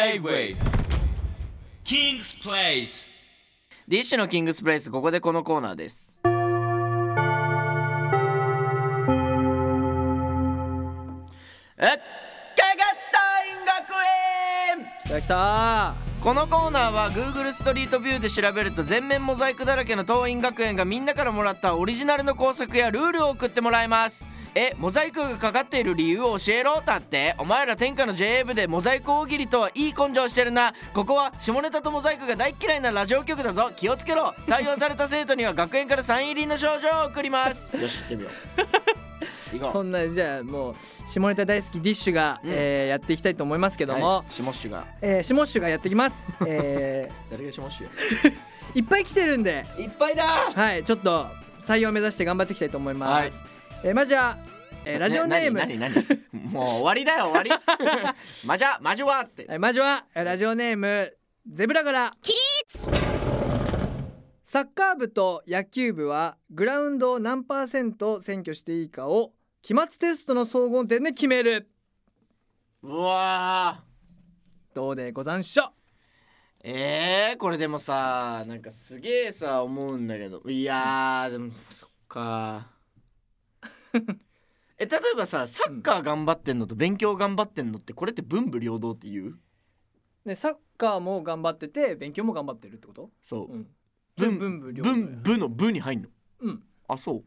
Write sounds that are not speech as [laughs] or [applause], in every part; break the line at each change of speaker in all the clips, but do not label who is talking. J-Way King's Place
ディッシュのキングスプレイスここでこのコーナーですえっかがた院学園
来た来た
このコーナーは Google ストリートビューで調べると全面モザイクだらけの桐蔭学園がみんなからもらったオリジナルの工作やルールを送ってもらいますえモザイクがかかっている理由を教えろだってお前ら天下の JA 部でモザイク大喜利とはいい根性してるなここは下ネタとモザイクが大っ嫌いなラジオ局だぞ気をつけろ採用された生徒には学園からサイン入りの賞状を送りますよし行ってみ [laughs] よう行こ
そんなじゃあもう下ネタ大好きディッシュが、
うん
えーやっていきたいと思いますけ
う
ども、
はいシモッシュが
えーシモッシュがやってきます、え
誰がシモッシュ [laughs]
ーいっぱい来てるんで
いっぱいだ
はいちょっと採用目指して頑張っていきたいと思います、
はい
えーまずは、えーラジオネーム、
ね何何何 [laughs] もう終わりだよ終わり [laughs] マジャマジュワって
はいまずはえーラジオネームゼブラ柄キリッサッカー部と野球部はグラウンドを何パーセント占拠していいかを期末テストの総合点で決める
うわー
どうでござんしょ
えー、これでもさなんかすげえさ思うんだけどいやーでもそっか [laughs] え例えばさサッカー頑張ってんのと勉強頑張ってんのってこれって文武両道って言う
ね、サッカーも頑張ってて勉強も頑張ってるってこと
そう、
ん
文
文武両道や
文武の武に入んの
うん
あそう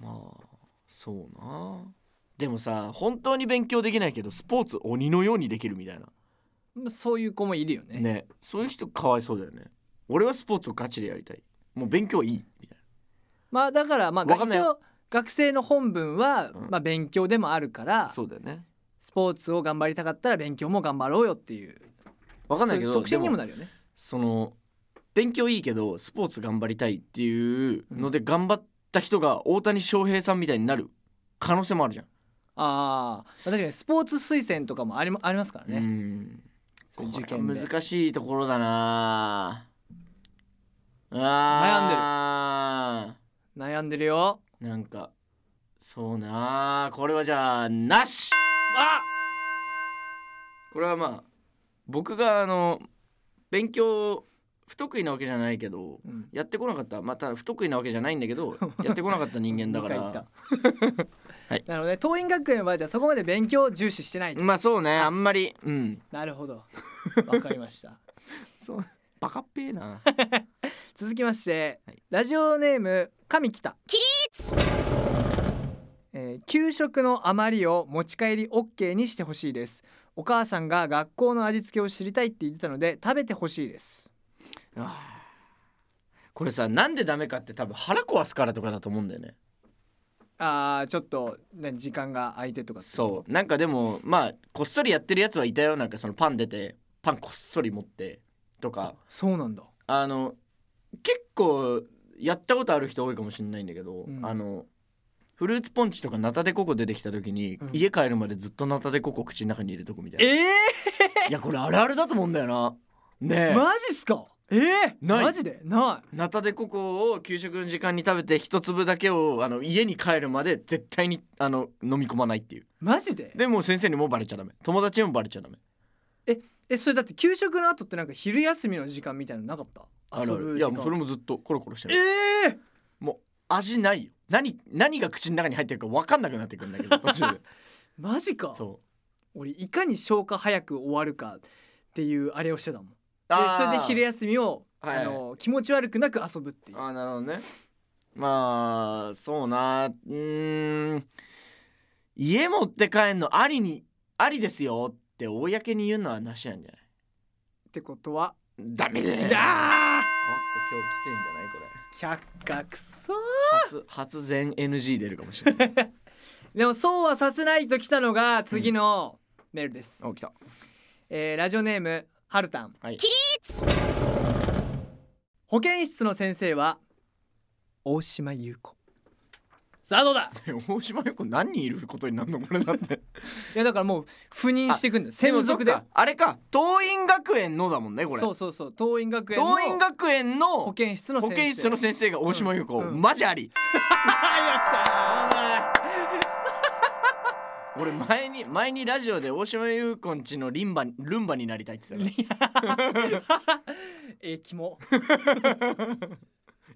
まあそうなでもさ本当に勉強できないけどスポーツ鬼のようにできるみたいな
まあそういう子もいるよね
ねそういう人かわいそうだよね俺はスポーツをガチでやりたいもう勉強いいみたい
まあだからまあ
わかんない
一応学生の本分は、
うん
まあ勉強でもあるから
なそうだよね
スポーツを頑張りたかったら勉強も頑張ろうよっていう
わかんないけど
そういう促進にも
で
なるよね
その勉強いいけどスポーツ頑張りたいっていうので頑張った人が大谷翔平さんみたいになる可能性もあるじゃん、
ああまあ確かにスポーツ推薦とかもありもありますから
う
ね、
ん
そ
こ
ういう受
れは
験で
難しいところだなあ悩んでる
悩んでるよ
なんかそうなーこれはじゃあなし
あ
これはまあ僕があの勉強不得意なわけじゃないけど
うん
やってこなかったまあただ不得意なわけじゃないんだけ [laughs] どやってこなかった人間だか
二回言
ら
った
はい
なるほどね桐蔭学園はじゃあそこまで勉強を重視してないと、
まあそうねあんまりうん
なるほどわかりました
そうバカっぺー [laughs] な
続きまして、
はい
ラジオネーム神北キリえー給食の余りを持ち帰り OK にしてほしいですお母さんが学校の味付けを知りたいって言ってたので食べてほしいです
あーこれさなんでダメかって多分腹壊すからとかだと思うんだよね
あーちょっと、ね、時間が空いてとか
そうなんかでもまあこっそりやってるやつはいたよなんかそのパン出てパンこっそり持ってとか
そうなんだ
あの結構やったことある人多いかもしれないんだけど、
うん
あのフルーツポンチとかナタデココ出てきた時に、
うん
家帰るまでずっとナタデココ口の中に入れとくみたいな
え
いやこれあるあるだと思うんだよなね
ー、
え、
マジっすかえー、
ない
マジでな
ナタデココを給食の時間に食べて一粒だけをあの家に帰るまで絶対にあの飲み込まないっていう
いマジで
でもう先生にもバレちゃダメ友達にもバレちゃダメ
えそれだって給食の後ってなんか昼休みの時間みたいなのなかった
あるあ
遊
る
ぶ
い
時間
やもうそれもずっとコロコロしてる
えー、
味ないよ何何が口の中に入ってるか分かんなくなってくるんだ
[laughs]
けど途中で
マジか
そう
俺いかに消化早く終わるかっていうあれをしてたもんで
あー
それで昼休みを、
はい
あの気持ち悪くなく遊ぶっていう
あーなるほどねまあそうなうーん家持って帰んのありにありですよって公に言うのはなしなんじゃない
ってことは
ダメで
あ
おっと今日来てんじゃないこれ
ー却下くそ
初 [laughs] 初全 NG 出るかもしれない
でもそうはさせないときたのが次のメールです、
[laughs] お来た
えーラジオネームはるたん
はい
保健室の先生は大島優子さあどうだ
大島優子何人いることになるのこれだって
いやだからもう赴任していくんだ [laughs]
で
専
もそっ
属で
かあれか桐蔭学園のだもんねこれ
そうそうそう桐蔭学園
桐
の
蔭学園
保
の
健室の
保
先生
健室の先生が大島優子、
うんうん
マジあり
あいらっしゃい
あ俺前に前にラジオで大島優子んちのリンバルンバになりたいって言ってたか [laughs]
えー、キモ [laughs]
ら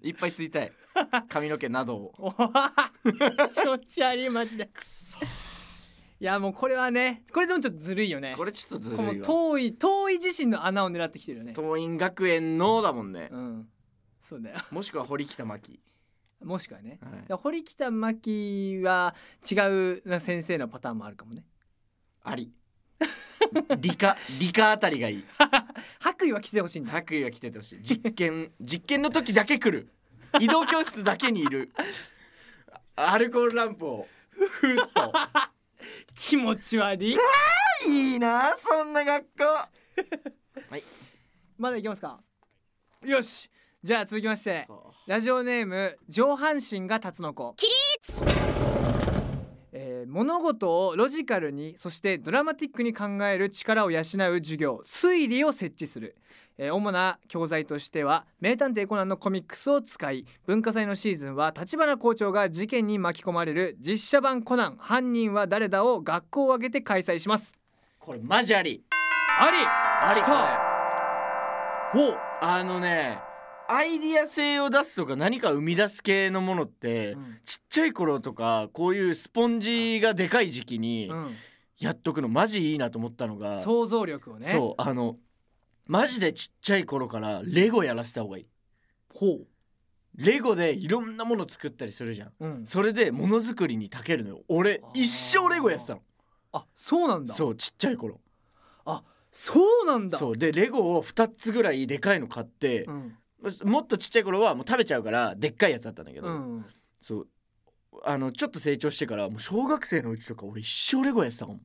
いっぱい吸いたい髪の毛などを
おはは気持ち悪いマジでくそいやもうこれはねこれでもちょっとずるいよね
[laughs] これちょっとず
こ
る
の
いわ
遠い遠い自身の穴を狙ってきてるよね
桐蔭学園のだもんね
うんそうだよ
もしくは堀北真希、
もしくはね
はい
だから堀北真希は違う先生のパターンもあるかもね
あ [laughs] り理科理科あたりがいい
白衣は着てほしいんだ
白衣は着ててほしい実験実験の時だけ来る移動教室だけにいるあアルコールランプをふーっと
気持ち悪い
いいなあそんな学校はい
まだいきますかよしじゃあ続きまして
そ
ラジオネーム上半身がタツノコえー物事をロジカルにそしてドラマティックに考える力を養う授業推理を設置する、えー主な教材としては「名探偵コナン」のコミックスを使い文化祭のシーズンは立花校長が事件に巻き込まれる実写版コナン犯人は誰だを学校を挙げて開催します
うこれマジあり
あり
あり
来
これ
たおう
あのねアイディア性を出すとか何か生み出す系のものって、ちっちゃい頃とかこういうスポンジがでかい時期に
うん
やっとくのマジいいなと思ったのが、
想像力をね
そうあのマジでちっちゃい頃からレゴやらせた方がいい
ほ
レゴでいろんなもの作ったりするじゃん
う、うん、
それでものづくりにたけるのよ俺
あー
一生レゴやってたの
あそうなんだ
そうちっちゃい頃
そうなんだ
そうでレゴを2つぐらいでかいの買って
う、ん
もっとちっちゃい頃はもう食べちゃうからでっかいやつだったんだけど、
うん、
そうあのちょっと成長してからもう小学生のうちとか俺一生レゴやってたかも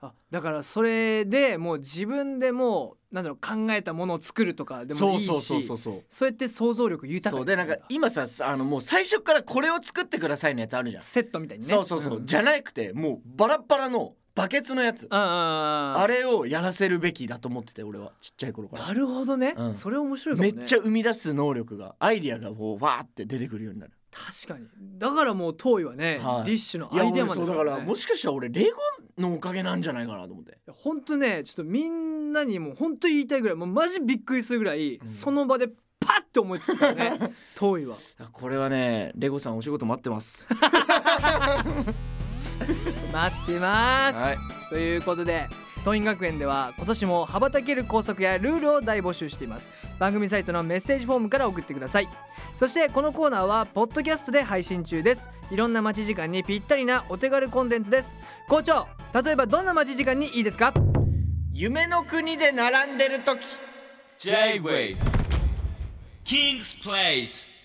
あだからそれでもう自分でもうなんだろう考えたものを作るとかでもいいし
そうそうそうそう
そうやって想像力豊
そ
か
う
にす
で
る
なん
だ
んか今さあのもう最初からこれを作ってくださいのやつあるじゃん
セットみたいにね
そうそうそう、
ん
じゃなくてもうバラッバラのバケツのやつ
ああ
あれをやらせるべきだと思ってて俺はちっちゃい頃か
な
ら、
るほどね、
うん
それ面白いかも
め
ね
っちゃ生み出す能力がアイディアがこうわーって出てくるようになる
確かにだからもう遠いはね、
はい
ディッシュの
いや
アイデア
俺
マン
そうだ
す
からも
し
しかしたら俺レゴのおかげなんじゃないかなと思って
ほんとねちょっとみんなにもうほんと言いたいぐらいもうマジびっくりするぐらい、
ん
その場でパッて思いつくから
[laughs]
ね遠いは
あこれはねレゴさんお仕事待ってます
待ってます、
はい
ということで桐蔭学園では今年も羽ばたける校則やルールを大募集しています番組サイトのメッセージフォームから送ってくださいそしてこのコーナーはポッドキャストで配信中ですいろんな待ち時間にぴったりなお手軽コンテンツです校長例えばどんな待ち時間にいいですか
夢の国で並んでる時
J-Way King's Place